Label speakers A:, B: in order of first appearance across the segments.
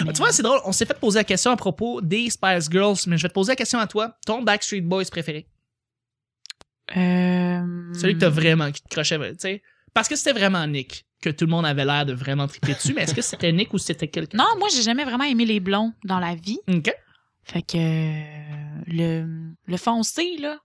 A: Ah, Tu vois, c'est drôle. On s'est fait poser la question à propos des Spice Girls, mais je vais te poser la question à toi. Ton Backstreet Boys préféré?
B: Euh...
A: Celui que t'as vraiment, qui te crochait, tu sais. Parce que c'était vraiment Nick, que tout le monde avait l'air de vraiment triper dessus, mais est-ce que c'était Nick ou c'était quelqu'un?
B: Non, moi, j'ai jamais vraiment aimé les blonds dans la vie.
A: OK.
B: Fait que euh, le, le foncé, là.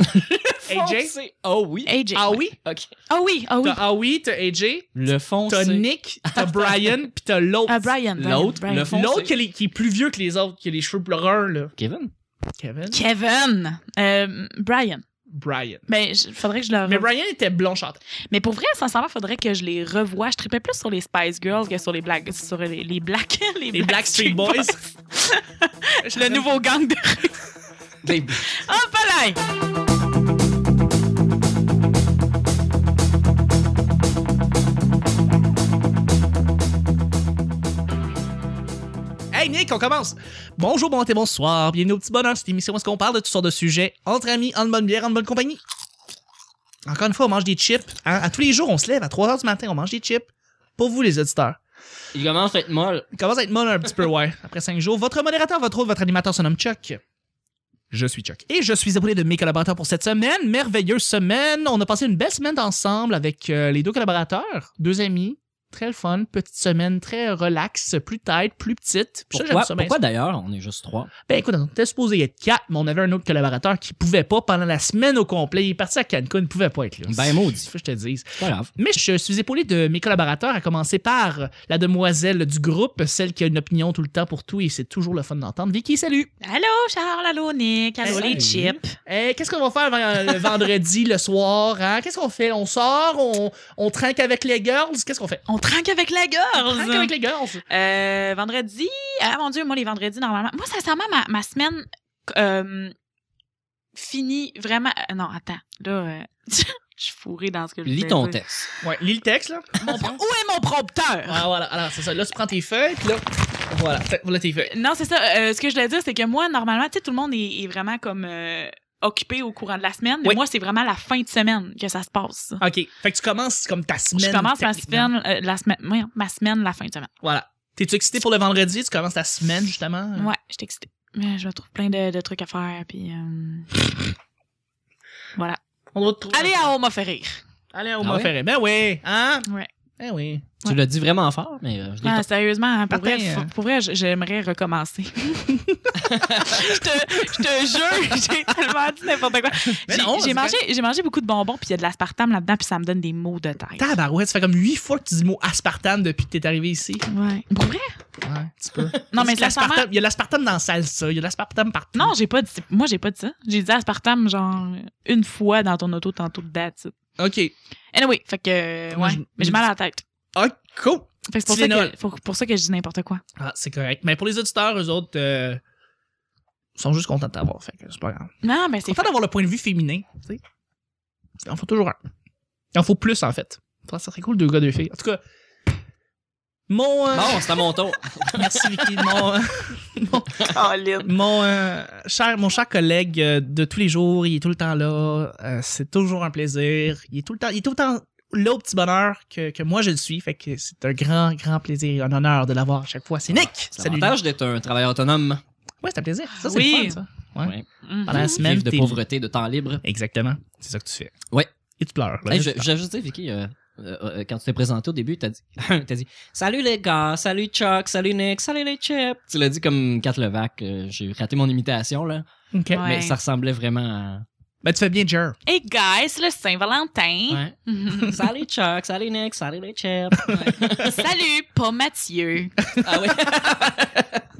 A: AJ?
C: Foncé. Oh oui.
B: AJ.
A: Ah oui?
C: OK.
B: Ah oui, ah oui.
A: T'as ah oui, t'as AJ,
C: Le fond,
A: t'as Nick, t'as Brian, puis t'as l'autre.
B: Ah, Brian. Brian,
C: L'autre,
B: Brian.
C: le fond-
A: L'autre qui, est- qui est plus vieux que les autres, qui a les cheveux bruns, là.
C: Kevin?
A: Kevin?
B: Kevin. Euh, Brian.
A: Brian.
B: Ben, je- faudrait que je le.
A: Mais
B: re-
A: Brian était blond chantant.
B: Mais pour vrai, sincèrement, faudrait que je les revoie. Je tripais plus sur les Spice Girls que sur les Black. Sur les, les Black. Les,
A: Les Black Street
B: Street
A: Boys.
B: Le nouveau gang de rue.
C: Des-
B: Hop là!
A: Hey Nick, on commence! Bonjour, bon matin, bonsoir. Bienvenue au petit bonheur, cette émission où est-ce qu'on parle de toutes sortes de sujets entre amis, en bonne bière, en bonne compagnie. Encore une fois, on mange des chips. hein. À tous les jours, on se lève à 3 h du matin, on mange des chips. Pour vous, les auditeurs.
C: Il commence à être molle.
A: Il commence à être molle un petit peu, ouais. Après 5 jours, votre modérateur, votre hôte, votre animateur se nomme Chuck. Je suis Chuck. Et je suis épaulé de mes collaborateurs pour cette semaine. Merveilleuse semaine. On a passé une belle semaine ensemble avec euh, les deux collaborateurs, deux amis. Très le fun, petite semaine, très relax, plus tight, plus petite. Puis ça, j'aime
C: Pourquoi,
A: ça ben, bien
C: pourquoi d'ailleurs on est juste trois?
A: ben écoute, on était supposé y être quatre, mais on avait un autre collaborateur qui pouvait pas pendant la semaine au complet. Il est parti à Cancun, il pouvait pas être là.
C: Ben maudit.
A: Faut que je te dise.
C: C'est pas grave.
A: Mais je suis épaulé de mes collaborateurs, à commencer par la demoiselle du groupe, celle qui a une opinion tout le temps pour tout et c'est toujours le fun d'entendre. Vicky, salut!
B: Allô, Charles, allô, Nick, allô,
A: Salut.
B: les chips.
A: Eh, Qu'est-ce qu'on va faire euh, le vendredi, le soir? hein? Qu'est-ce qu'on fait? On sort? On, on trinque avec les girls? Qu'est-ce qu'on fait?
B: On trinque avec la
A: On trinque
B: gorge.
A: avec les girls!
B: Euh, vendredi, ah mon Dieu, moi, les vendredis, normalement. Moi, sincèrement, ma, ma semaine euh, finit vraiment. euh, non, attends, là, euh, je suis fourrée dans ce que je
C: Lis
B: voulais
C: ton
B: dire.
C: texte.
A: Ouais, lis le texte, là.
B: Mon pro- Où est mon prompteur?
A: Ah, voilà, alors c'est ça. Là, tu prends tes feuilles, puis là, voilà, voilà tes feuilles.
B: Non, c'est ça. Euh, ce que je voulais dire, c'est que moi, normalement, tu sais, tout le monde est, est vraiment comme euh, occupé au courant de la semaine. Mais
A: Oui.
B: moi, c'est vraiment la fin de semaine que ça se passe.
A: OK. Fait que tu commences comme ta semaine.
B: Je commence ma
A: techniquement.
B: semaine, euh, la semaine, voyons, ma semaine, la fin de semaine.
A: Voilà. T'es-tu excité pour le vendredi? Tu commences ta semaine, justement?
B: Ouais, je suis excitée. Mais je me trouve plein de, de trucs à faire, puis euh, voilà.
A: On doit te trouver.
B: Allez à On m'a fait rire.
A: Allez,
C: Ah
A: on m'a
C: ouais?
A: fait. Ben oui! Hein?
B: Ouais.
A: Ben oui.
C: Tu l'as dit vraiment fort, mais euh, je l'ai
B: Ah,
C: pas.
B: sérieusement, hein, pour,
A: Martin,
B: vrai,
A: euh,
B: f- pour vrai, j- j'aimerais recommencer. je, te, je te jure, j'ai tellement dit n'importe quoi.
A: Mais
B: J'ai
A: non, c'est
B: j'ai mangé, j'ai mangé beaucoup de bonbons, puis il y a de l'aspartame là-dedans, puis ça me donne des maux de tête.
A: Tabarouette, ça fait comme huit fois que tu dis le mot aspartame depuis que t'es arrivé ici.
B: Ouais. Pour vrai?
A: Ouais, tu peux.
B: Non, mais
A: Parce que l'aspartame-
B: sincèrement,
A: Il y a de l'aspartame dans la salsa, il y a de l'aspartame partout.
B: non, j'ai pas dit, moi, j'ai pas dit ça. J'ai dit aspartame, genre, une fois dans ton auto, tantôt de date.
A: OK.
B: Anyway, fait que, euh,
A: Moi,
B: ouais,
A: je-
B: mais j'ai mal à la tête.
A: Oh, cool!
B: Fait que c'est pour ça
A: Tylenol.
B: que, pour, pour ça que je dis n'importe quoi.
A: Ah, c'est correct. Mais pour les auditeurs, eux autres, euh, sont juste contents de t'avoir. Fait que c'est pas grave.
B: Non, mais c'est
A: Content d'avoir le point de vue féminin, tu sais. Il en faut toujours un. Il en faut plus, en fait. Ça serait cool, deux gars, deux filles. En tout cas, mon. euh,
C: Bon, c'est à mon tour.
A: Merci Vicky. Mon, euh,
B: Colin.
A: mon, euh, cher, mon cher collègue euh, de tous les jours, il est tout le temps là. euh, c'est toujours un plaisir. Il est tout le temps, il est tout le temps là au petit bonheur que, que moi je le suis. Fait que c'est un grand, grand plaisir, un honneur de l'avoir à chaque fois.
C: Ah,
A: C'est Nick!
C: C'est
A: Salut!
C: l'avantage d'être un travailleur autonome.
A: Ouais, c'est un plaisir. Ça, c'est
B: Oui.
A: le fun, ça. Ouais.
C: Ouais.
B: Mm-hmm.
A: Pendant la semaine,
C: Vivre de
A: t'es-
C: pauvreté, de temps libre.
A: Exactement. C'est ça que tu fais.
C: Ouais.
A: Et tu pleures. là.
C: Hey, je, je voulais juste dire, Vicky, euh, euh, euh, quand tu t'es présenté au début, t'as dit, t'as dit Salut les gars, salut Chuck, salut Nick, salut les chips. Tu l'as dit comme Kat Levac. euh, J'ai raté mon imitation, là.
A: Ok.
B: Ouais.
C: Mais ça ressemblait vraiment
A: Ben, tu fais bien, Jer.
B: Hey guys, le
C: à.
B: Saint-Valentin. Mm-hmm.
C: Ouais. salut Chuck, salut Nick, salut les chips.
B: Salut, pas Mathieu.
C: ah oui.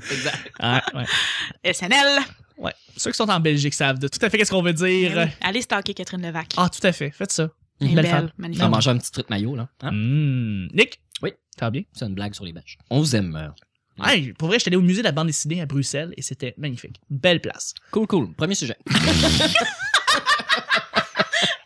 C: exact.
A: Ah, ouais.
B: SNL.
A: ouais. Ceux qui sont en Belgique savent de tout à fait qu'est-ce qu'on veut dire.
B: Allez stalker Catherine Levac.
A: Ah, tout à fait. Faites ça.
B: Elle est
A: belle
B: belle,
A: femme.
C: On
B: magnifique.
C: va manger un petit truc de maillot, là. Hein?
A: Mm. Nick?
C: Oui.
A: Ça va bien?
C: C'est une blague sur les bâches. On vous aime. euh. Mm.
A: Hey, pour vrai, j'étais allé au musée de la bande dessinée à Bruxelles et c'était magnifique. Belle place.
C: Cool, cool. Premier sujet.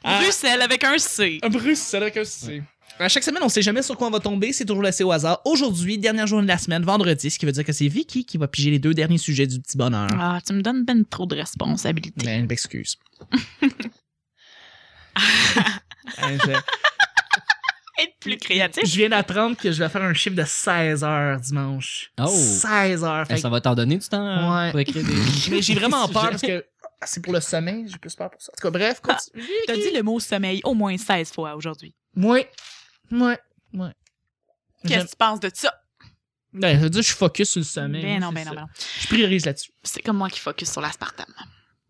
A: Ah.
B: Bruxelles avec un C.
A: Bruxelles, que c'est. À chaque semaine, on sait jamais sur quoi on va tomber, c'est toujours laissé au hasard. Aujourd'hui, dernière journée de la semaine, vendredi, ce qui veut dire que c'est Vicky qui va piger les deux derniers sujets du petit bonheur.
B: Ah, tu me donnes ben trop de responsabilités.
A: Ben, m'excuse. Hein, je-
B: être plus créatif.
A: Je viens d'apprendre que je vais faire un chiffre de 16 heures dimanche.
C: Oh.
A: 16 heures. Fait
C: Eh, Ça va t'en donner du temps euh,
A: Ouais.
C: pour écrire
A: que-
C: des.
A: Mais j'ai vraiment
C: des
A: peur
C: sujets.
A: parce que ah, c'est pour le sommeil, j'ai plus peur pour ça. En tout cas, bref,
B: Ah.
A: continue.
B: T'as dit le mot sommeil au moins 16 fois aujourd'hui.
A: Ouais. Ouais. Ouais.
B: Qu'est-ce que tu penses de ça?
A: J'aime- Ben, ça veut dire que je focus sur le sommeil.
B: Ben non,
A: c'est
B: ben non,
A: ça.
B: ben non.
A: Je priorise là-dessus.
B: C'est comme moi qui focus sur l'aspartame.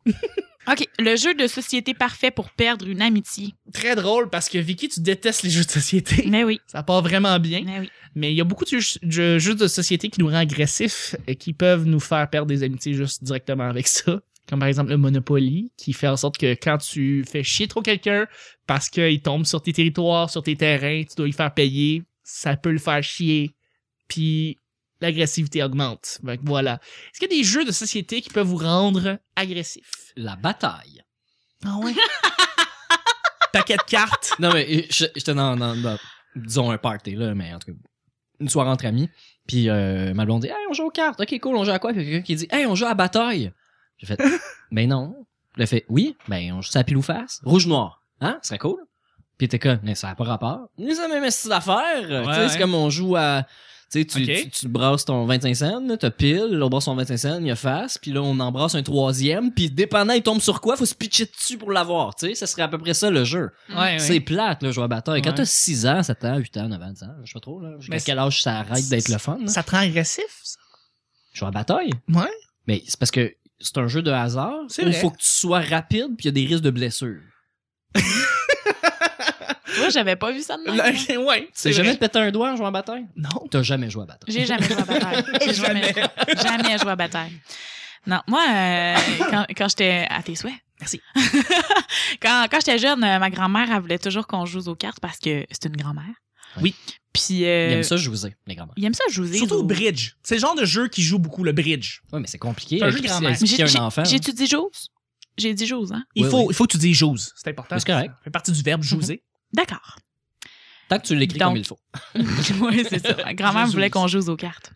B: OK. Le jeu de société parfait pour perdre une amitié.
A: Très drôle parce que Vicky, tu détestes les jeux de société.
B: Mais oui.
A: Ça part vraiment bien.
B: Mais oui.
A: Mais il y a beaucoup de jeux- de jeux de société qui nous rendent agressifs et qui peuvent nous faire perdre des amitiés juste directement avec ça. Comme par exemple le Monopoly, qui fait en sorte que quand tu fais chier trop quelqu'un parce qu'il tombe sur tes territoires, sur tes terrains, tu dois lui faire payer, ça peut le faire chier, puis l'agressivité augmente. Fait que voilà. Est-ce qu'il y a des jeux de société qui peuvent vous rendre agressif?
C: La bataille.
A: Ah ouais? Paquet de cartes.
C: Non, mais euh, je- j'étais dans, dans- dans- disons, un party, là, mais en tout cas, une soirée entre amis. Puis euh, ma blonde dit, hey, on joue aux cartes. Ok, cool, on joue à quoi? Puis il y a quelqu'un qui dit, hey, on joue à bataille. J'ai fait, ben non. Le fait, oui, ben on joue ça à pile ou face. Rouge-noir. Hein? Ce serait cool. Puis t'es comme, mais ça n'a pas rapport. Nous, c'est la même style d'affaires. tu sais,
A: ouais.
C: c'est comme on joue à. Tu sais, tu,
A: Ok.
C: tu, tu brasses ton 25 cents, là, t'as pile, l'autre brasse son 25 cents, il y a face, puis là, on embrasse un troisième, puis dépendant, il tombe sur quoi, faut se pitcher dessus pour l'avoir, tu sais, ça serait à peu près ça le jeu. C'est plate, là, jouer à bataille. Quand
A: Eh Ouais.
C: t'as 6 ans, 7 ans, 8 ans, 9 ans, 10 ans, je sais pas trop, là. Jusqu'à
A: Mais
C: quel âge ça arrête d'être le fun, là?
A: Ça te rend agressif, ça?
C: Jouer à bataille?
A: Ouais.
C: Mais c'est parce que c'est un jeu de hasard.
A: C'est
C: Il
A: vrai.
C: faut que tu sois rapide, puis il y a des risques de blessure.
B: Moi, j'avais pas vu ça de même. moi.
A: ouais.
C: T'as jamais te pété un doigt en jouant à bataille?
A: Non.
C: T'as jamais joué à bataille.
B: J'ai jamais joué à bataille. J'ai jamais, jamais joué à bataille. Non, moi, euh, quand, quand j'étais à tes souhaits.
A: Merci.
B: quand quand j'étais jeune, euh, ma grand-mère, elle voulait toujours qu'on joue aux cartes parce que c'est une grand-mère.
A: Oui.
B: Puis.
C: Il
B: Euh,
C: aime ça jouer, les grands-mères.
B: Il aime ça jouer.
A: Surtout
B: aux-
A: au bridge. C'est le genre de jeu qui joue beaucoup, le bridge.
C: Ouais, mais c'est compliqué.
A: C'est un
C: euh,
A: jeu de
C: puis
A: grand-mère.
C: expliquer à
B: J'ai-
C: un enfant. hein.
B: J'ai-tu dit joues? J'ai dit joues, hein?
A: Il,
C: Oui,
A: faut,
C: oui.
A: il faut que tu dises jose. C'est important.
C: C'est correct. Mhm.
A: Ça fait partie du verbe joser.
B: D'accord.
C: Tant que tu l'écris
B: Donc-
C: comme il faut.
B: oui, c'est ça. Ma grand-mère
A: Joue
B: voulait
A: aussi.
B: qu'on joue aux cartes.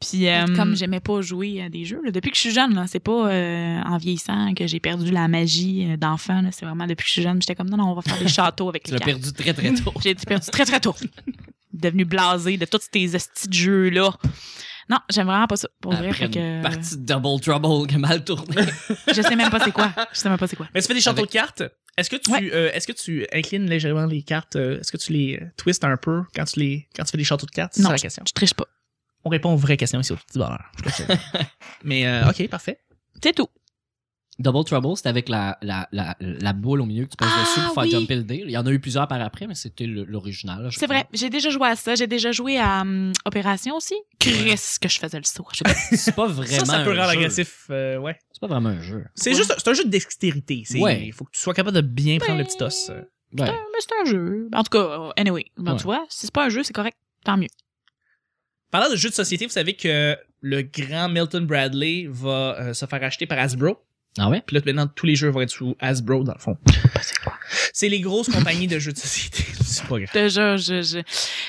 B: Puis, euh, comme j'aimais pas jouer à des jeux, là, depuis que je suis jeune, là, c'est pas euh, en vieillissant que j'ai perdu la magie euh, d'enfant. là. C'est vraiment depuis que je suis jeune, j'étais comme non, non, on va faire des châteaux avec
C: Tu
B: les
C: l'as
B: cartes.
C: perdu très, très tôt.
B: J'ai été perdu très, très tôt. Devenu blasé de tous ces hosties de jeux-là. Non, j'aime vraiment pas ça. Pour vrai,
C: Après
B: fait
C: une
B: que.
C: partie de Double Trouble qui a mal tourné.
B: Je sais même pas c'est quoi. Je sais même pas c'est quoi.
A: Mais tu fais des châteaux
C: Avec-
A: de cartes. Est-ce que, tu,
B: Ouais.
A: euh, est-ce que tu inclines légèrement les cartes? euh, est-ce que tu les euh, twists un peu quand tu, les, quand tu fais des châteaux de cartes? C'est
B: Non,
A: ça la question.
B: Je triche pas.
A: On répond aux vraies questions ici au petit bonheur. Je te le dis. Mais euh, OK, parfait.
B: C'est tout.
C: Double Trouble, c'était avec la, la, la, la boule au milieu que tu poses
B: Ah,
C: dessus pour faire
B: oui.
C: jumper le dé. Il y en a eu plusieurs par après, mais c'était le- l'original. là, je
B: C'est
C: crois.
B: vrai, j'ai déjà joué à ça. J'ai déjà joué à hum, Opération aussi. Chris, que je faisais le saut. Je sais pas.
C: C'est pas vraiment
A: ça, ça peut
C: un
A: rendre
C: jeu.
A: agressif. euh, ouais.
C: C'est pas vraiment un jeu.
A: C'est
B: Ouais.
A: juste c'est un jeu de dextérité. C'est- Il
C: Ouais.
A: faut que tu sois capable de bien prendre le petit os.
B: Ben,
C: Ouais.
B: Mais c'est un jeu. En tout cas, euh, anyway. Ben,
C: Ouais.
B: Tu vois, si c'est pas un jeu, c'est correct. Tant mieux.
A: Parlant de jeux de société, vous savez que le grand Milton Bradley va euh, se faire acheter par Hasbro.
C: Ah ouais?
A: Puis là, maintenant, tous les jeux vont être sous Hasbro, dans le fond. C'est les grosses compagnies de jeux de société. C'est pas grave.
B: Déjà, je, je-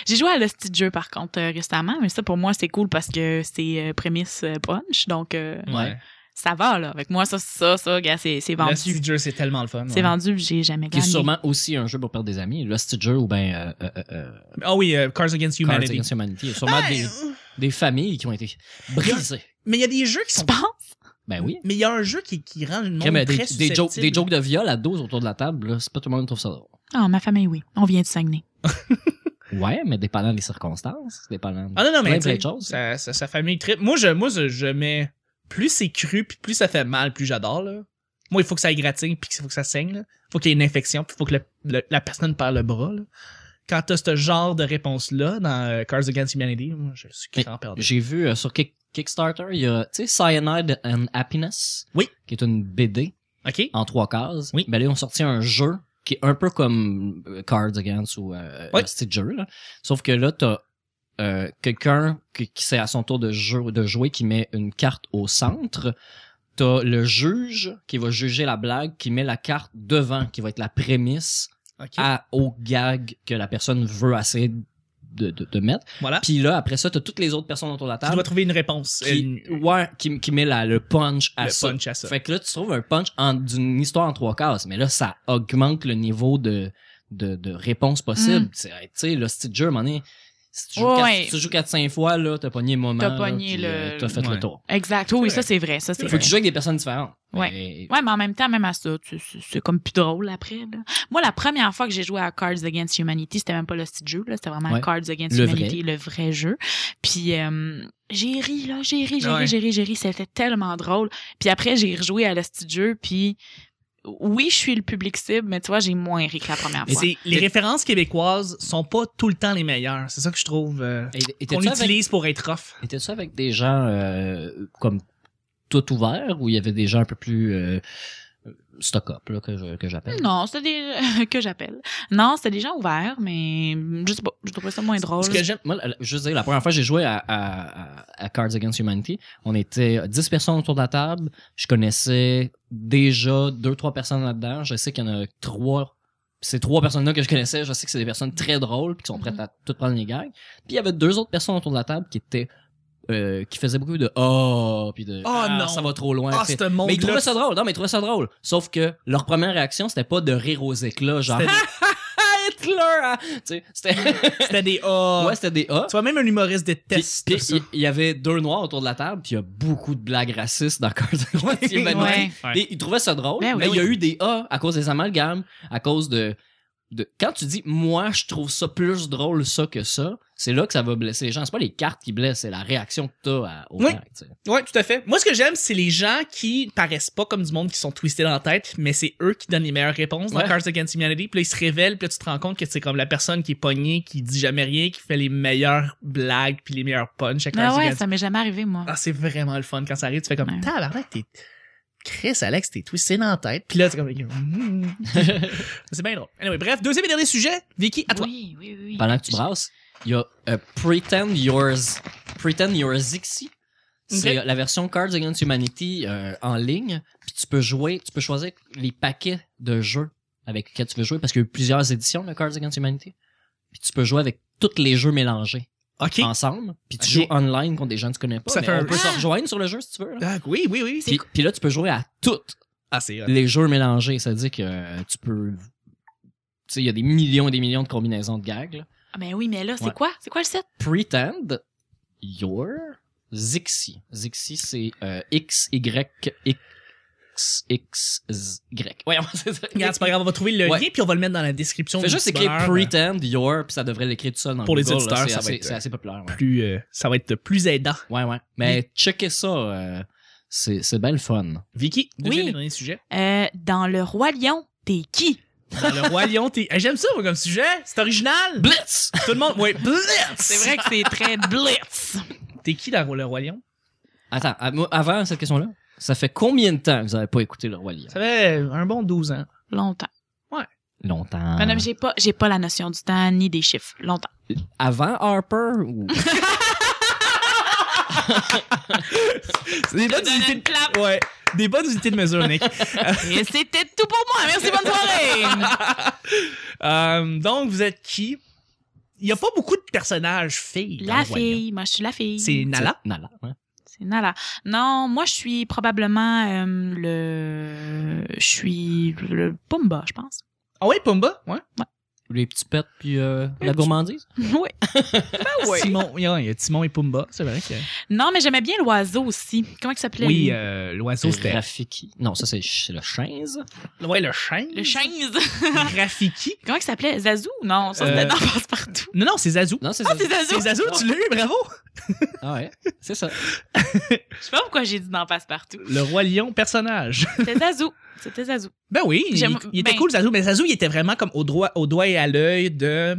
B: j'ai joué à le petit jeu par contre euh, récemment, mais ça pour moi c'est cool parce que c'est euh, prémisse euh, punch, donc euh,
C: Ouais.
B: ça va là. Avec moi ça, ça, ça, gars, c'est, c'est vendu.
A: Le petit jeu, c'est tellement le fun.
B: C'est
A: ouais.
B: vendu, j'ai jamais
C: Qui est
B: gagné.
C: sûrement aussi un jeu pour perdre des amis. Le petit jeu ou ben euh, euh, euh,
A: Ah oui, euh, Cars Against
C: Cards
A: Humanity.
C: Against Humanity. Il y a sûrement
A: Ah,
C: des,
A: euh,
C: des familles qui ont été brisées.
A: Mais il y a des jeux qui
B: Tu
A: sont.
B: penses?
C: Ben oui.
A: Mais il y a un jeu qui, qui rend le monde très
C: Crème, euh, des, des,
A: susceptible.
C: jokes, des jokes de viol à 12 autour de la table, là, c'est pas tout le monde qui trouve ça drôle.
B: Ah, ma famille, oui. On vient de Saguenay.
C: Ouais, mais dépendant des circonstances, dépendant.
A: Ah non, non, mais.
C: plein,
A: tu sais,
C: plein de choses.
A: Ça, ça, ça fait mille tripes. Moi, je, moi je, je mets. Plus c'est cru, puis plus ça fait mal, plus j'adore, là. Moi, il faut que ça gratine, puis il faut que ça saigne, là. faut qu'il y ait une infection, puis il faut que le- le- la personne perd le bras, là. Quand t'as ce genre de réponse-là dans euh, Cars Against Humanity, moi, je suis
C: Mais
A: crampé.
C: J'ai vu euh, sur Kick- Kickstarter, il y a, tu sais, Cyanide and Happiness.
A: Oui.
C: Qui est une BD
A: OK?
C: en trois cases.
A: Oui.
C: Ben là, ils ont sorti un jeu qui est un peu comme euh, Cards Against ou euh,
A: Oui.
C: un petit jeu, là. Sauf que là, t'as euh, quelqu'un qui, qui c'est à son tour de, jeu, de jouer qui met une carte au centre. T'as le juge qui va juger la blague, qui met la carte devant, qui va être la prémisse
A: OK.
C: à, au gag que la personne veut essayer de, de, de mettre.
A: voilà.
C: Puis là, après ça, t'as toutes les autres personnes autour de la
A: tu
C: table
A: dois trouver une réponse.
C: qui,
A: une-
C: ouais, qui, qui met la, le punch à
A: le
C: ça.
A: punch à ça.
C: Fait que là, tu trouves un punch en- d'une histoire en trois cases, mais là, ça augmente le niveau de de, de réponses possibles.
B: Mm.
C: C'est, hey, Tu sais, le style jeu, à un moment donné, si tu joues,
B: Ouais,
C: quatre-
B: ouais.
C: si tu joues 4-5 fois, là, t'as pogné le moment.
B: T'as
C: là,
B: pogné
C: puis,
B: le-
C: euh, T'as fait
A: Ouais.
C: le tour.
B: Exact. Oui,
A: C'est
B: ça, c'est vrai. Ça, c'est
C: Faut
B: vrai.
C: que tu joues avec des personnes différentes.
B: Ouais.
C: Mais-
B: Ouais, mais en même temps, même à ça, tu- c'est c'est comme plus drôle après. Là. Moi, la première fois que j'ai joué à Cards Against Humanity, c'était même pas le style de jeu, là, c'était vraiment
C: Ouais.
B: Cards Against
C: Le
B: Humanity, le vrai jeu. Puis euh, j'ai ri, là, j'ai ri, j'ai
A: Ouais.
B: ri, j'ai ri, j'ai ri, c'était tellement drôle. Puis après, j'ai rejoué à le style de jeu, puis oui, je suis le public cible, mais tu vois, j'ai moins ri que la première
A: Mais
B: fois.
A: c'est- les références québécoises sont pas tout le temps les meilleures. C'est ça que je trouve euh,
C: Et- et
A: qu'on
C: t'es-tu avec-
A: utilise pour être rough.
C: Étais-tu avec des gens euh, comme tout ouvert ou il y avait des gens un peu plus euh, stock-up là, que, je- que j'appelle?
B: Non, c'est des euh, que j'appelle. Non, c'était des gens ouverts, mais je sais pas, je trouvais ça moins drôle.
C: Ce que j'aime, moi, la- la- juste dire, la première fois que j'ai joué à, à- à- à Cards Against Humanity, on était 10 personnes autour de la table. Je connaissais déjà deux, trois personnes là-dedans. Je sais qu'il y en a trois. Ces trois personnes-là que je connaissais, je sais que c'est des personnes très drôles puis qui sont
A: Mm-hmm.
C: prêtes à tout prendre les gags. Puis il y avait deux autres personnes autour de la table qui étaient euh, qui faisaient beaucoup de oh puis de
A: Oh,
C: Ah,
A: non.
C: ça va trop loin.
A: Ah,
C: Puis-
A: ce monde
C: Mais ils trouvaient ça drôle. Non, mais ils trouvaient ça drôle. Sauf que leur première réaction, c'était pas de rire aux éclats, genre
A: C'était-
C: Hitler! hein! Tu sais, c'était.
A: C'était des ah.
C: Ouais, c'était des A.
A: Tu vois, même un humoriste
C: Puis-
A: déteste
C: puis
A: ça.
C: Il il y, avait deux noirs autour de la table, puis il y a beaucoup de blagues racistes dans Cards Against Humanity.
B: Ouais.
A: Ouais.
C: Et ils trouvaient ça drôle,
B: Ben oui.
C: mais il y a eu des A à cause des amalgames, à cause de, de. Quand tu dis moi, je trouve ça plus drôle ça que ça, c'est là que ça va blesser les gens. C'est pas les cartes qui blessent, c'est la réaction que t'as à- au
A: Oui.
C: gag, tu sais.
A: Ouais, tout à fait. Moi, ce que j'aime, c'est les gens qui paraissent pas comme du monde qui sont twistés dans la tête, mais c'est eux qui donnent les meilleures réponses dans
C: Ouais.
A: Cards Against Humanity. Puis là, ils se révèlent, puis là, tu te rends compte que c'est comme la personne qui est pognée, qui dit jamais rien, qui fait les meilleures blagues, puis les meilleurs punch à Cards
B: Mais Ben Ah ouais,
A: Against
B: ça m'est jamais arrivé, moi.
A: Ah, c'est vraiment le fun quand ça arrive. Tu fais comme,
B: Ouais.
A: tabarnak, t'es. Chris, Alex, t'es twisté dans la tête. Puis là, t'es comme. Mm. c'est bien drôle. Anyway, bref, deuxième et dernier sujet. Vicky, à toi.
B: Oui, oui, oui.
C: pendant que tu brasses, il y a euh, Pretend Yours, Pretend You're Zixi.
A: Ok.
C: C'est euh, la version Cards Against Humanity euh, en ligne. Puis tu peux jouer, tu peux choisir les paquets de jeux avec lesquels tu veux jouer parce qu'il y a eu plusieurs éditions de Cards Against Humanity. Puis tu peux jouer avec tous les jeux mélangés
A: OK.
C: ensemble. Puis tu
A: Ok.
C: joues online contre des gens que tu connais pas.
A: Ça
C: mais
A: fait un-
C: on peut
B: Ah!
C: se rejoindre sur le jeu si tu veux. là.
A: Ah, oui, oui, oui.
C: Puis, puis là, tu peux jouer à toutes
A: Ah, c'est.
C: les jeux mélangés. C'est-à-dire que euh, tu peux. Tu sais, il y a des millions et des millions de combinaisons de gags. là.
B: Ah, mais oui, mais là, c'est
C: Ouais.
B: quoi? C'est quoi le set?
C: Pretend Your Zixi. Zixi, c'est euh, X, Y, X, X, Z, Y. Ouais, on va c'est ça.
A: Regarde, c'est pas grave, on va trouver le
C: Ouais.
A: lien, puis on va le mettre dans la description.
C: Fais
A: du
C: juste
A: petit
C: écrire
A: bonheur. euh,
C: Pretend Your, puis ça devrait l'écrire tout seul dans
A: Pour les
C: Google, là.
A: auditeurs,
C: C'est
A: ça va
C: assez-
A: être,
C: C'est
A: euh,
C: assez populaire, ouais.
A: Plus, euh, ça va être plus aidant.
C: Ouais, ouais. Mais checkez ça, euh, c'est c'est bien le fun.
A: Vicky, deuxième
B: Oui.
A: et dernier sujet.
B: Euh, dans le Roi Lion, t'es qui?
A: Dans le Roi Lion, t'es. Eh, J'aime ça, moi, comme sujet. C'est original.
C: Blitz!
A: Tout le monde. Ouais, blitz.
B: C'est vrai que c'est très blitz.
A: T'es qui dans le Roi Lion?
C: Attends, à- moi, avant cette question-là, ça fait combien de temps que vous n'avez pas écouté le Roi Lion?
A: Ça fait un bon 12 ans.
B: Longtemps.
C: Longtemps.
A: Ah.
B: Non, non, mais j'ai pas, j'ai pas la notion du temps ni des chiffres. Longtemps.
C: Avant Harper ou...
A: C'est des bonnes unités de- Ouais, des bonnes unités de mesure, Nick.
B: Et c'était tout pour moi. Merci, bonne soirée.
A: Euh, donc, vous êtes qui? Il n'y a pas beaucoup de personnages filles. dans
B: La
A: le royaume.
B: fille. Moi, je suis la fille.
A: C'est Nala.
C: Nala, ouais.
B: C'est Nala. Non, moi, je suis probablement euh, le. Je suis le Pumba, je pense.
A: Ah ouais, Pumba? Ouais.
C: Les petits pets puis euh,
A: Les
C: la
A: petits-
C: gourmandise.
B: oui.
A: Simon, il y a il y a Timon et Pumba, c'est vrai que.
B: Non, mais j'aimais bien l'oiseau aussi. Comment il s'appelait?
A: Oui,
B: lui?
A: euh, l'oiseau, c'était.
C: Rafiki. Non, ça c'est ch- le chaise.
A: Ouais, le chien.
B: Le chaise.
A: Rafiki.
B: Comment il s'appelait? Zazou? Non, ça c'était
A: Euh,
B: dans Passe-Partout.
A: Non, non, c'est Zazu.
C: Non, c'est
B: Ah,
C: ça.
B: c'est
A: C'est Zazu,
B: Zazou!
A: tu l'as eu, bravo!
C: Ah ouais, c'est ça.
B: Je sais pas pourquoi j'ai dit dans Passe-Partout.
A: Le roi lion personnage.
B: C'était Zazou. C'était Zazou.
A: Ben oui, il,
B: J'aime-
A: il était
B: ben-
A: cool, Zazu, mais Zazu, il était vraiment comme au, droit, au doigt et à l'œil de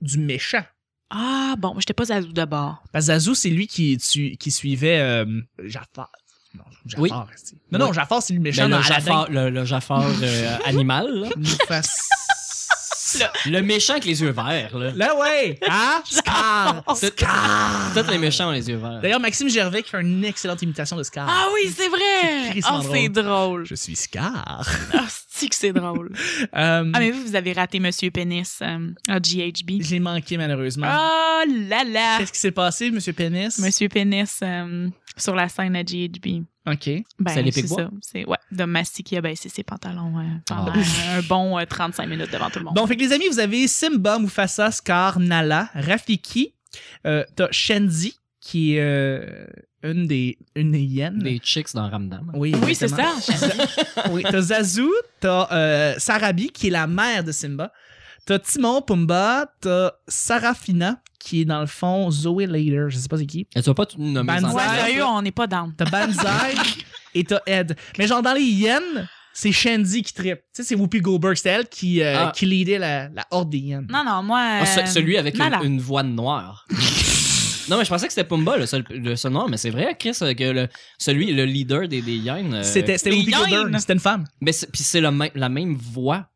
A: du méchant.
B: Ah, bon, moi, j'étais pas Zazou d'abord.
A: Parce que Zazu, c'est lui qui, tu- qui suivait euh, Jafar. Non, Jafar.
C: Oui.
A: c'est- Non, non,
C: Oui.
A: Jafar, c'est le méchant
C: Ben,
A: dans
C: le,
A: Aladdin.
C: Jafar, le, le Jafar euh, animal. là.
A: Mufasa.
C: Le méchant avec les yeux verts. Là.
A: Là, ouais! Hein? Scar!
C: Tout-
A: Scar!
C: Peut-être les méchants ont les yeux verts.
A: D'ailleurs, Maxime Gervais qui fait une excellente imitation de Scar.
B: Ah oui, c'est
A: C'est
B: vrai!
A: crissement
B: Ah, c'est drôle.
A: Je suis Scar.
B: Ah, c'est que c'est drôle.
A: Euh,
B: Ah, mais vous, vous avez raté Monsieur Pénis euh, à GHB.
A: J'ai manqué,
C: Ah.
A: malheureusement.
B: Oh là là!
A: Qu'est-ce qui s'est passé, Monsieur Pénis?
B: Monsieur Pénis euh, sur la scène à GHB.
A: OK.
B: Ben,
C: C'est les
B: c'est
C: Pigbois?
B: ça. C'est ouais, de Masty qui a baissé ses pantalons euh, pendant
C: Ah.
B: un bon euh, 35 minutes devant tout le monde.
A: Bon, fait que les amis, vous avez Simba, Mufasa, Scar, Nala, Rafiki, euh, t'as Shenzi, qui est euh, une des une des hyènes.
C: Des chicks dans Ramdam.
A: Oui,
B: oui, c'est
A: exactement.
B: ça.
A: Oui, t'as Zazu, t'as euh, Sarabi, qui est la mère de Simba. T'as Timon, Pumba, t'as Sarafina, qui est dans le fond Zoe Later, je sais pas c'est qui.
C: Et tu vas pas tout nommer
A: Ben,
C: sans-
B: Ouais,
A: Ouais,
B: sérieux, euh, on n'est pas down.
A: T'as Banzai et t'as Ed. Mais genre dans les hyènes, c'est Shandy qui trippe. Tu sais, c'est Whoopi Goldberg, c'est elle qui, euh,
C: Ah.
A: qui leadait la, la horde des hyènes.
B: Non, non, moi.
C: Ah, ce-
B: euh,
C: celui avec
B: Nala.
C: une, une voix de noire. non, mais je pensais que c'était Pumba, le seul, le seul noir, mais c'est vrai, Chris, euh, que le, celui, le leader des, des Yens, euh,
A: C'était c'était
B: les
A: Whoopi Goldberg,
B: hyènes.
A: c'était une femme.
C: Mais c'est- puis c'est le même- la même voix.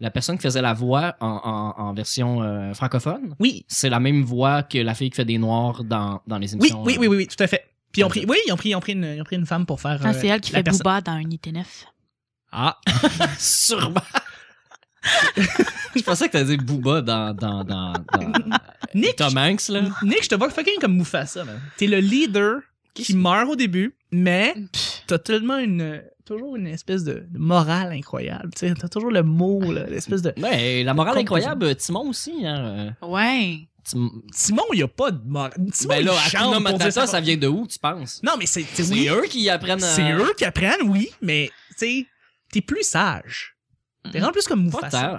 C: La personne qui faisait la voix en, en- en version euh, francophone,
A: Oui,
C: c'est la même voix que la fille qui fait des noirs dans, dans les
A: oui,
C: émissions.
A: oui,
C: euh,
A: oui, oui, oui, tout à fait. Puis ils ont pris, oui, ils ont pris, ils ont pris, une, ils ont pris une femme pour faire.
B: Ah,
A: euh,
B: c'est elle qui
A: la
B: fait
A: personne-
B: Booba dans un IT9.
A: Ah,
C: Sûrement. je pensais que t'allais dire Booba dans, dans, dans, dans
A: Nick,
C: Tom Hanks, là.
A: Nick, je te vois fucking comme Mufasa. man. T'es le leader qui meurt au début, mais
B: Pff,
A: t'as tellement une, toujours une espèce de de morale incroyable. Tu sais, t'as toujours le mot, là, l'espèce de.
C: Ouais, la morale
A: Comme-
C: incroyable, Timon aussi. Hein, euh,
B: Ouais.
C: Tim-
A: Timon, il a pas de morale. Timon,
C: Ben là,
A: il chante
C: Hakuna
A: pour dire
C: Matata,
A: ça.
C: ça vient de où, tu penses?
A: Non, mais c'est c'est-
C: C'est
A: oui,
C: eux qui hein. apprennent euh, à...
A: c'est eux qui apprennent, oui, mais tu sais, t'es plus sage.
B: Mm.
A: T'es vraiment plus comme
C: Pas
A: Mufasa.
C: tant.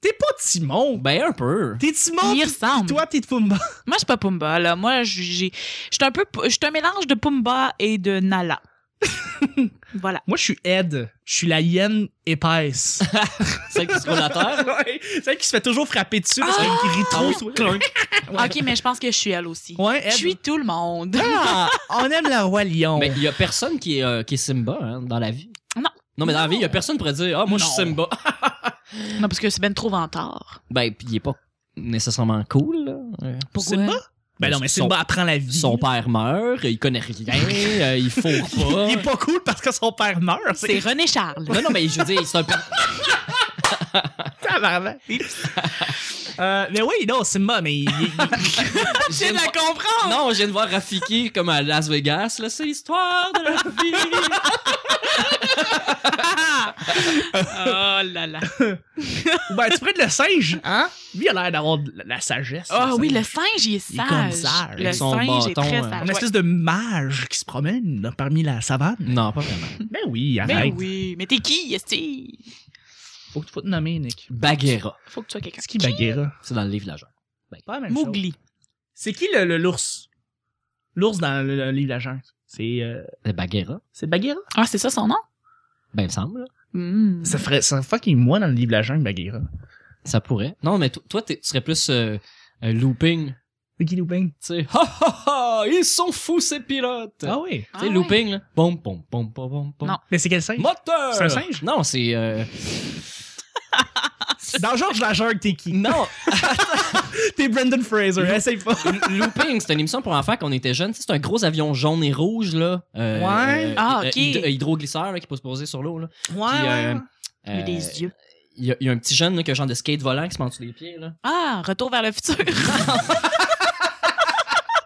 A: T'es pas Timon.
C: Ben un peu.
A: T'es Timon.
B: Il
A: pis
B: ressemble.
A: Toi, t'es Pumba.
B: Moi, je suis pas Pumba, là. Moi, je j'ai- je suis un peu. Je suis un mélange de Pumba et de Nala. voilà.
A: Moi, je suis Ed. Je suis la hyène épaisse.
C: Celle qui se roule à terre.
A: Ouais, Celle qui se fait toujours frapper dessus
B: Ah!
A: parce qu'elle rit trop. sur-
B: Ok, mais je pense que je suis elle aussi.
A: Ouais, Ed.
B: Je suis tout le monde.
A: Ah, on aime la roi lion.
C: Mais Ben, il y a personne qui est, euh, qui est Simba hein, dans la vie.
B: Non.
C: Non, mais dans la vie, il y a personne pour dire Ah, moi, je suis
A: Non.
C: Simba.
B: Non, parce que c'est ben trop vantard.
C: Ben, puis il est pas nécessairement cool. là. Euh,
B: Pourquoi?
A: Simba? Ben non, mais Simba apprend la vie.
C: Son père meurt, il connaît rien, euh, il faut pas.
A: Il est pas cool parce que son père meurt.
B: C'est
A: C'est
B: René Charles.
C: Non, non, mais je veux dire, c'est un per-
A: tabarnak. euh, mais oui, non, Simba, mais il, il-
C: Je viens de voir-
B: comprendre.
C: Non, je viens de voir Rafiki comme à Las Vegas. Là, c'est l'histoire de la vie.
B: oh là là.
A: ben, tu prends le singe, hein? Lui, il a l'air d'avoir de la, la sagesse.
B: Ah
A: le
B: oui,
A: singe.
B: le singe, il est
A: Il est
B: sage.
A: comme sage.
B: Le
A: Avec
C: son
B: singe est
C: bâton,
B: très
C: euh,
B: sage.
A: Une espèce de mage qui se promène là, parmi la savane.
C: Non, pas vraiment.
A: Ben oui,
B: Ouais.
A: arrête.
B: Ben oui, mais t'es qui, Esti?
A: Faut, que- faut te nommer, Nick.
C: Bagheera,
B: Faut que tu sois quelqu'un.
A: C'est qui Bagheera?
C: c'est dans le livre Lageur.
A: Pas la même chose.
B: Mowgli.
A: C'est qui le le- l'ours? L'ours dans le, le livre La Jungle. C'est euh,
C: C'est Bagheera,
A: c'est Bagheera?
B: Ah, c'est ça son nom?
C: ben, il me semble. là.
B: Hmm.
A: Ça ferait ça fucking moi dans le livre La Jungle, Bagheera.
C: Ça pourrait. Non, mais to- toi, t'es- tu serais plus euh, euh, looping.
A: C'est qui Looping?
C: Tu sais, ha ha ha, ils sont fous ces pilotes.
A: Ah oui.
B: Ah
C: Tu sais,
B: ouais.
C: looping, là. Pom, pom, pom, pom, pom, pom.
B: Non.
A: Mais c'est quel singe?
C: Moteur!
A: C'est un singe?
C: Non, c'est. euh,
A: Dans Georges La Jungle, t'es qui?
C: Non,
A: T'es Brendan Fraser,
C: Lou-
A: essaye pas.
C: Looping, c'était une émission pour enfants quand on était jeunes. Tu sais, C'est un gros avion jaune et rouge, là. Euh,
A: Ouais.
C: euh,
B: Ah,
C: euh,
B: ok.
C: hyd- euh, hydroglisseur, là, qui peut se poser sur l'eau, là. Puis, euh,
B: Ah, Il a
C: euh,
B: des yeux.
C: Il y, a- il y a un petit jeune, là, qui a un genre de skate volant qui se met en dessous des pieds, là.
B: Ah, retour vers le futur.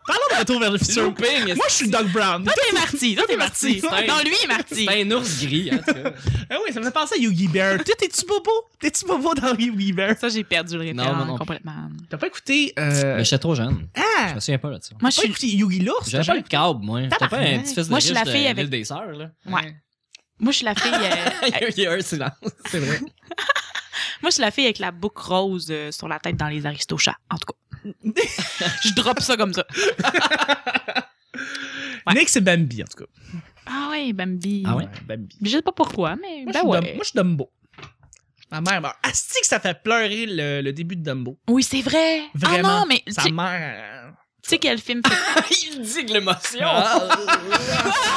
A: Parlons de retour vers le futur.
C: Looping,
A: Moi, je suis Doug Brown.
B: Toi, t'es Marty. Toi, t'es Marty.
C: Marty.
B: Non, lui, il est Marty.
C: c'est un ours gris, hein, en tout cas.
A: Ah oui, ça me fait penser à Yogi Bear. T'es- T'es-tu bobo? T'es-tu bobo dans Yogi Bear?
B: Ça, j'ai perdu le
C: Non, non,
B: référent
C: non.
B: complètement.
A: T'as pas écouté. Euh...
C: Mais j'étais trop jeune. Je
A: Ah!
C: me souviens pas, là, tu sais.
B: Moi, je
A: T'as pas écouté
B: suis.
A: Yogi l'ours?
C: J'avais
A: T'as
C: pas
A: pas
C: le câble, moi. J'étais pas un
A: Tabarnak.
C: petit fils de
B: Moi, je suis
C: riche
B: la fille
C: de
B: avec- Euh,
C: l'île des sœurs, là.
B: Ouais. Moi, je suis la fille. euh,
C: il y a- il y a un silence.
A: C'est vrai.
B: Moi, je suis la fille avec la boucle rose euh, sur la tête dans les aristochats, en tout cas. je drop ça comme ça. Ouais.
A: Nick, c'est Bambi, en tout cas.
B: Ah ouais, Bambi.
C: Ah ouais?
A: Bambi.
B: Je sais pas pourquoi,
A: Moi,
B: mais
A: je
B: ben
A: suis
B: ouais.
A: Dum- moi, je suis Dumbo. Ma mère meurt. Asti que ça fait pleurer le, le début de Dumbo.
B: Oui, c'est vrai. Ah
A: Vraiment,
B: non, mais tu
A: Sa
B: tu
A: mère. euh,
B: sais quel film
C: il dit que l'émotion.
A: Ah,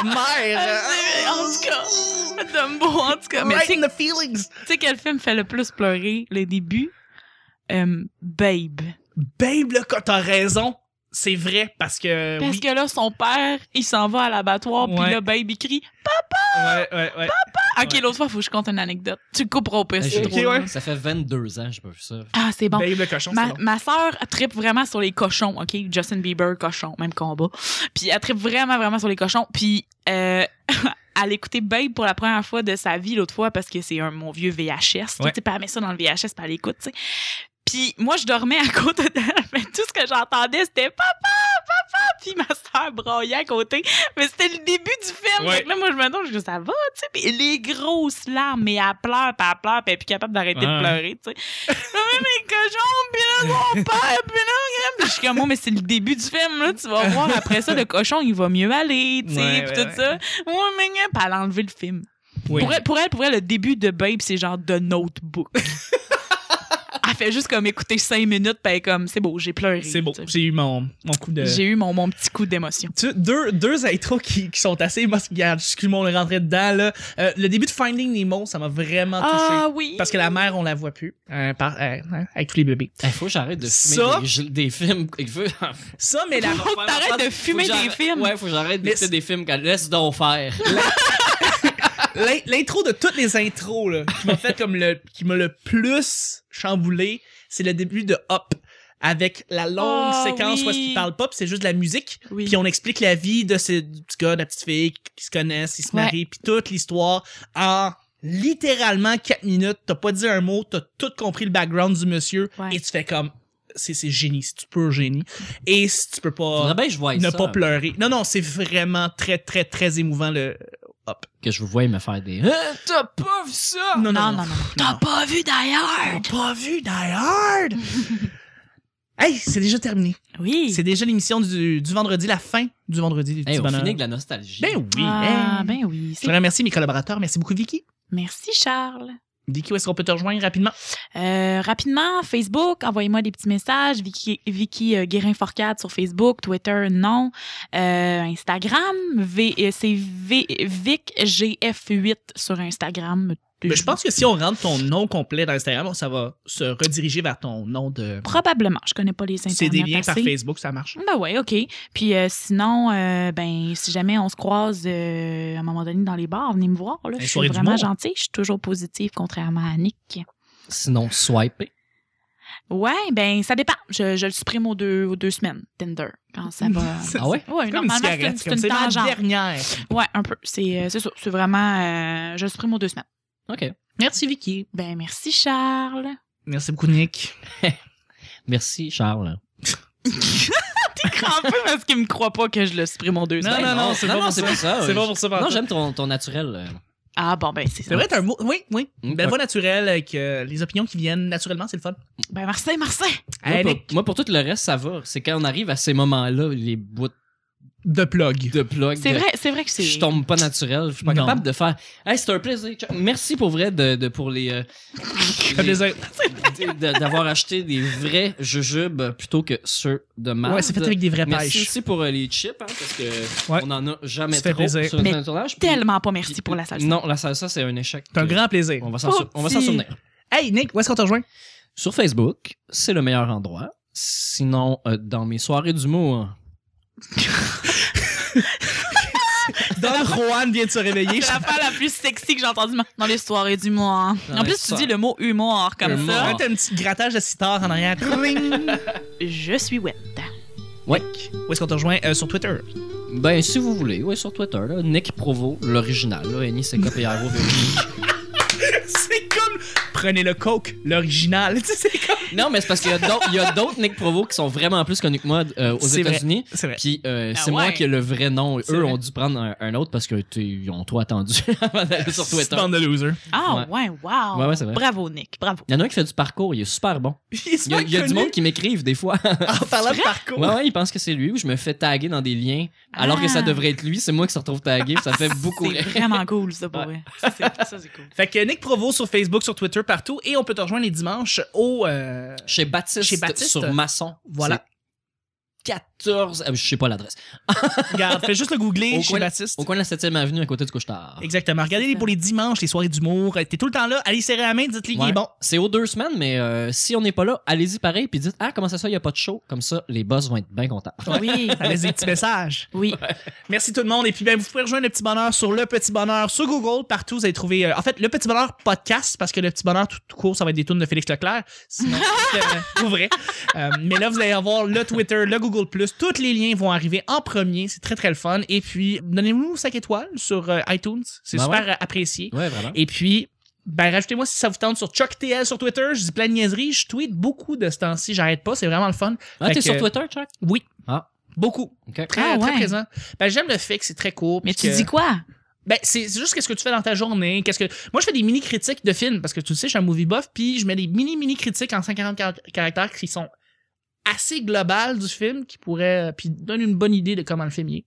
A: mère.
B: Euh,
A: euh,
B: En tout cas, Dumbo, en tout cas. Mais
A: right
B: tu sais-
A: in the feelings.
B: tu sais quel film fait le plus pleurer le début? Euh, babe.
A: Babe, là, quand t'as raison, c'est vrai, parce
C: Euh,
A: que.
B: Parce
A: oui.
B: que là, son père, il s'en va à l'abattoir, puis
A: Ouais.
B: là, Babe, il crie.
A: Ouais, ouais, ouais.
B: Ah, Ok,
A: Ouais.
B: l'autre fois, faut que je compte une anecdote. Tu le couperas au pire, c'est
A: Ok,
B: drôle.
A: ouais.
C: Ça fait 22 ans que j'ai pas vu ça.
B: Ah, c'est bon.
A: Babe, le cochon, c'est
B: Ma,
A: bon.
B: ma soeur tripe vraiment sur les cochons, OK? Justin Bieber, cochon, même combat. Puis elle tripe vraiment, vraiment sur les cochons. Puis euh, à l'écouter Babe pour la première fois de sa vie l'autre fois parce que c'est un mon vieux VHS.
A: Ouais.
B: Tu sais, pas met ça dans le VHS, pas l'écoute, tu sais. Puis moi, je dormais à côté d'elle, mais tout ce que j'entendais, c'était papa, papa, puis ma soeur broyait à côté. Mais c'était le début du film.
A: Ouais.
B: Fait que là, moi, je me demande, je dis, ça va, tu sais. Puis les grosses larmes, mais elle pleure, puis elle pleure, puis elle est plus capable d'arrêter
A: Ouais.
B: de pleurer, tu sais. Ah oui, mes cochons, puis là, mon père, puis là, puis je suis comme, oh, mais c'est le début du film, là, tu vas voir, après ça, le cochon, il va mieux aller, tu sais,
A: Ouais,
B: puis
A: ouais,
B: tout
A: ouais.
B: ça. Ouais, mais, mais, puis elle a enlevé le film.
A: Oui.
B: Pour, elle, pour elle, pour elle, le début de Babe, c'est genre The Notebook. elle fait juste comme écouter cinq minutes, puis elle est comme, c'est beau, j'ai pleuré.
A: C'est beau. Euh,
B: tu sais.
A: J'ai eu mon, mon coup de.
B: J'ai eu mon, mon petit coup d'émotion.
A: Tu- deux, deux intros qui, qui sont assez. Moi, regarde, je- excuse-moi, on est rentré dedans. Là. Euh, le début de Finding Nemo, ça m'a vraiment touché.
B: Ah oui!
A: Parce que la mère, on la voit plus. euh, par- euh, hein, avec tous les bébés.
C: Il faut que j'arrête de fumer
A: Ça?
C: des, jeux- des films. Il faut,
A: Ça, mais la.
B: Faut que t'arrêtes de fumer
C: Faut que
B: des
C: j'arrête-
B: films.
C: Ouais, faut que j'arrête
A: Mais
C: d'écouter
A: c'est-
C: des films qu'elle laisse donc faire.
A: L'in- L'intro de toutes les intros là, qui m'a fait comme le qui m'a le plus chamboulé, c'est le début de Hop avec la longue
B: Ah,
A: séquence
B: oui.
A: où est-ce qu'il parle pas, puis c'est juste de la musique,
B: Oui.
A: puis on explique la vie de ce du petit gars, de la petite fille qui se connaissent, ils se
B: Ouais.
A: marient, puis toute l'histoire en littéralement 4 minutes, t'as pas dit un mot, t'as tout compris le background du monsieur
B: Ouais.
A: et tu fais comme c'est c'est génie, c'est du pur génie. Et si tu peux pas
C: Faudrait bien que je voie
A: ne
C: ça.
A: pas pleurer. Non non, c'est vraiment très très très émouvant le
C: Que je voie me faire des. Hein? T'as pas vu ça?
A: Non non
B: Ah! Non,
A: non.
B: non, non. T'as pas vu d'ailleurs!
A: pas vu Die Hard! hey, c'est déjà terminé.
B: Oui!
A: C'est déjà l'émission du, du vendredi, la fin du vendredi du petit
C: Hey, on
A: bonheur.
C: finit avec la nostalgie.
A: Ben oui!
B: Ah,
A: hey.
B: ben oui.
A: Je
B: c'est-
A: remercie mes collaborateurs. Merci beaucoup, Vicky.
B: Merci, Charles.
A: Vicky, où est-ce qu'on peut te rejoindre rapidement?
B: Euh, rapidement, Facebook, envoyez-moi des petits messages. Vicky, Vicky euh, Guérin-Forcade sur Facebook, Twitter, non. Euh, Instagram, V- euh, c'est V- VicGF8 sur Instagram.
A: Ben, je pense que si on rentre ton nom complet dans Instagram, ça va se rediriger vers ton nom de.
B: Probablement. Je connais pas les internets
A: C'est des liens par
B: assez.
A: Facebook, ça marche.
B: Ben ouais, OK. Puis euh, sinon, euh, ben si jamais on se croise euh, à un moment donné dans les bars, venez me voir. Là.
A: Hey,
B: Je suis
A: Ben, soirée
B: vraiment
A: d'humour.
B: gentille. Je suis toujours positive, contrairement à Nick.
C: Sinon, swiper.
B: Ouais, ben ça dépend. Je, je le supprime aux deux, aux deux semaines, Tinder, quand ça va.
A: C'est-
C: Ah ouais?
A: C'est
B: Ouais,
A: comme une
B: normalement, c'est
A: cigarette,
B: une,
A: c'est
B: c'est
A: comme
B: une
A: c'est la
B: tangente.
A: dernière.
B: Ouais, un peu. C'est euh, c'est ça. C'est vraiment. euh, je le supprime aux deux semaines.
C: OK.
A: Merci, Vicky.
B: Ben, merci, Charles.
A: Merci beaucoup, Nick.
C: Merci, Charles.
B: T'es crampé parce qu'il me croit pas que je le supprime aux deux
A: Non,
B: semaines.
A: non, non, c'est pas pour
C: c'est
A: ça.
C: pas ça.
A: C'est
C: ouais.
A: pas pour ça, par
C: Non,
A: contre.
C: j'aime ton, ton naturel. euh.
B: Ah, bon, ben, c'est
A: C'est
B: ça.
A: vrai, t'as un mot. Oui, oui.
C: Mm,
A: Belle
C: ok.
A: voix naturelle avec euh, les opinions qui viennent naturellement, c'est le fun.
B: Ben, Marseille, Marseille.
C: Moi,
A: Hey,
C: pour,
A: Nick,
C: moi, pour tout le reste, ça va. C'est quand on arrive à ces moments-là, les bouts
A: de plug.
C: de plug.
B: C'est
C: de-
B: vrai, c'est vrai que c'est.
C: Je tombe pas naturel. Je suis pas
A: Non.
C: capable de faire. Hey, c'était un plaisir. Chuck. Merci pour vrai de, de- pour les. euh,
A: Un
C: les-
A: plaisir.
C: de- de- D'avoir acheté des vrais jujubes plutôt que ceux de marque.
A: Ouais, c'est fait avec des vraies
C: Merci
A: pêches.
C: aussi pour euh, les chips, hein, parce que
A: Ouais.
C: on en a jamais
A: Ça fait
C: trop
A: plaisir.
C: sur
B: Mais
C: notre tournage. Puis-
B: Tellement pas merci
C: puis-
B: pour la salsa.
C: Non, la salsa, c'est un échec.
A: C'est un
C: Que-
A: grand plaisir.
C: On va s'en sou- on va s'en
A: Petit.
C: souvenir.
A: Hey, Nick, où est-ce qu'on te rejoint?
C: Sur Facebook, c'est le meilleur endroit. Sinon, euh, dans mes soirées d'humour,
A: Don Juan vient de se réveiller.
B: C'est l'affaire la plus sexy que j'ai entendue ma- dans les soirées du mois.
C: Dans
B: En
C: les
B: plus, tu
C: soirées.
B: dis le mot humour comme
C: Humour.
A: Ah,
B: ça.
A: T'as un petit grattage de sitar en arrière. Tling.
B: Je suis wet.
C: ouais.
A: Où est-ce qu'on te rejoint? Euh, sur Twitter.
C: Ben, si vous voulez, ouais, sur Twitter, là, Nick Provo, l'original, là, n i c k p r o V O.
A: c'est comme... Prenez le Coke, l'original. Tu sais, c'est comme...
C: Non, mais c'est parce qu'il y a d'autres- il y a d'autres Nick Provo qui sont vraiment plus connus que moi euh, aux
A: C'est vrai.
C: États-Unis.
A: C'est vrai.
C: Puis euh,
B: Ah
C: c'est moi
B: ouais.
C: qui ai le vrai nom. Eux
A: C'est vrai.
C: ont dû prendre un, un autre parce que t'es- ils ont trop attendu avant d'aller sur Twitter.
A: Bande de losers.
B: Ah, ouais, wow.
C: Ouais, ouais, c'est vrai.
B: Bravo, Nick. Bravo.
C: Il y en a un qui fait du parcours, il est super bon. Il y a, il y a du monde qui m'écrivent des fois.
A: En parlant de parcours.
C: ouais, ouais, ils pensent que c'est lui ou je me fais taguer dans des liens alors que ça
B: Ah.
C: devrait être lui. C'est moi qui se retrouve tagué, puis ça fait beaucoup
B: C'est
C: rire.
B: vraiment cool, ça, pour
C: Ouais.
B: vrai. Ça, c'est ça, c'est cool.
A: Fait que Nick Provo sur Facebook, sur Twitter, partout. Et on peut te rejoindre les dimanches au... euh,
C: Chez Baptiste,
A: Chez Baptiste.
C: sur Masson.
A: Voilà.
C: C'est 14. ah, Je sais pas l'adresse.
A: Regarde, fais juste le googler
C: Au
A: chez
C: coin-
A: Baptiste.
C: Au coin de la 7e avenue à côté du Couche-Tard.
A: Exactement. Regardez-les pour les dimanches, les soirées d'humour. Euh, T'es tout le temps là. Allez serrer la main, dites-lui qu'il
C: Ouais.
A: est bon.
C: C'est aux deux semaines, mais euh, si on n'est pas là, allez-y pareil, puis dites Ah, comment ça, ça, il n'y a pas de show. Comme ça, les boss vont être bien contents.
B: Oui,
A: Ça laisse des petits messages.
B: oui.
A: Merci tout le monde. Et puis, ben, vous pouvez rejoindre Le Petit Bonheur sur Le Petit Bonheur, sur Google, partout. Vous allez trouver, euh, en fait, Le Petit Bonheur podcast, parce que Le Petit Bonheur tout, tout court, ça va être des tunes de Félix Leclerc. Sinon, c'est, euh, pour vrai. Euh, mais là, vous allez avoir le Twitter, le Google+, plus. Tous les liens vont arriver en premier. C'est très, très le fun. Et puis, donnez-nous 5 étoiles sur euh, iTunes. C'est
C: Ben
A: super euh, apprécié.
C: Ouais, vraiment.
A: Et puis, ben, rajoutez-moi si ça vous tente sur ChuckTL sur Twitter. Je dis plein de niaiseries. Je tweet beaucoup de ce temps-ci. J'arrête pas. C'est vraiment le fun.
C: Ah,
A: Fait
C: t'es
A: que-
C: sur Twitter, Chuck?
A: Oui.
C: Ah.
A: Beaucoup.
C: OK.
A: Très, très
B: Ah, ouais.
A: présent. Ben, j'aime le fait que c'est très court.
B: Mais
A: puis
B: tu
A: que-
B: dis quoi?
A: ben, c'est c'est juste qu'est-ce que tu fais dans ta journée. Qu'est-ce que moi je fais des mini critiques de films parce que tu le sais, je suis un movie buff, puis je mets des mini mini critiques en 140 car- caractères qui sont assez globales du film, qui pourraient puis donnent une bonne idée de comment le film y est.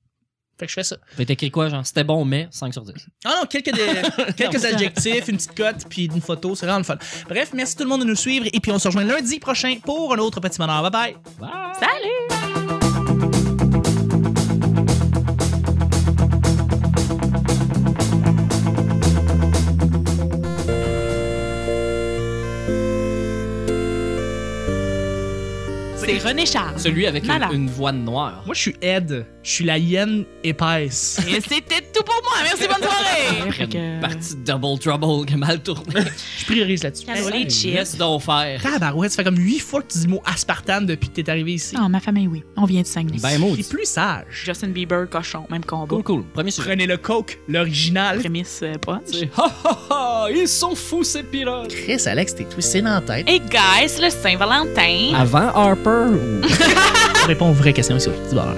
A: Fait que je fais ça.
C: Fait que t'écris quoi, genre? C'était bon, mais 5 sur 10.
A: Ah non, quelques des- quelques adjectifs, une petite cote, puis une photo, c'est vraiment le fun. Bref, merci tout le monde de nous suivre et puis on se rejoint lundi prochain pour un autre petit bonheur. Bye bye.
C: Bye!
B: Salut! C'est René Charles.
C: Celui avec une,
B: Malade.
C: une voix noire.
A: Moi je suis Ed, je suis la hyène épaisse.
B: Et c'était tout pour moi. Merci, bonne soirée. Fait
C: Une
B: que-
C: partie de Double Trouble qui a mal tourné.
A: Je priorise là-dessus.
B: Caroline Chill.
C: Laisse donc faire.
A: Tabarouette, ça fait comme huit fois que tu dis le mot aspartame depuis que t'es arrivé ici.
B: Non, ma famille, oui. On vient de Saguenay.
C: Ben maudit.
A: C'est plus sage.
B: Justin Bieber, cochon, même combat.
C: Cool, cool. Premier sujet.
A: Prenez le Coke, l'original.
B: Prémisse, euh, punch.
C: C'est- Ha ha ha! Ils sont fous ces pirates!
A: Chris, Alex, t'es twisté dans la tête.
B: Hey guys, le Saint-Valentin.
C: Avant Harper ou...
A: Réponds aux vraies questions sur le petit bar.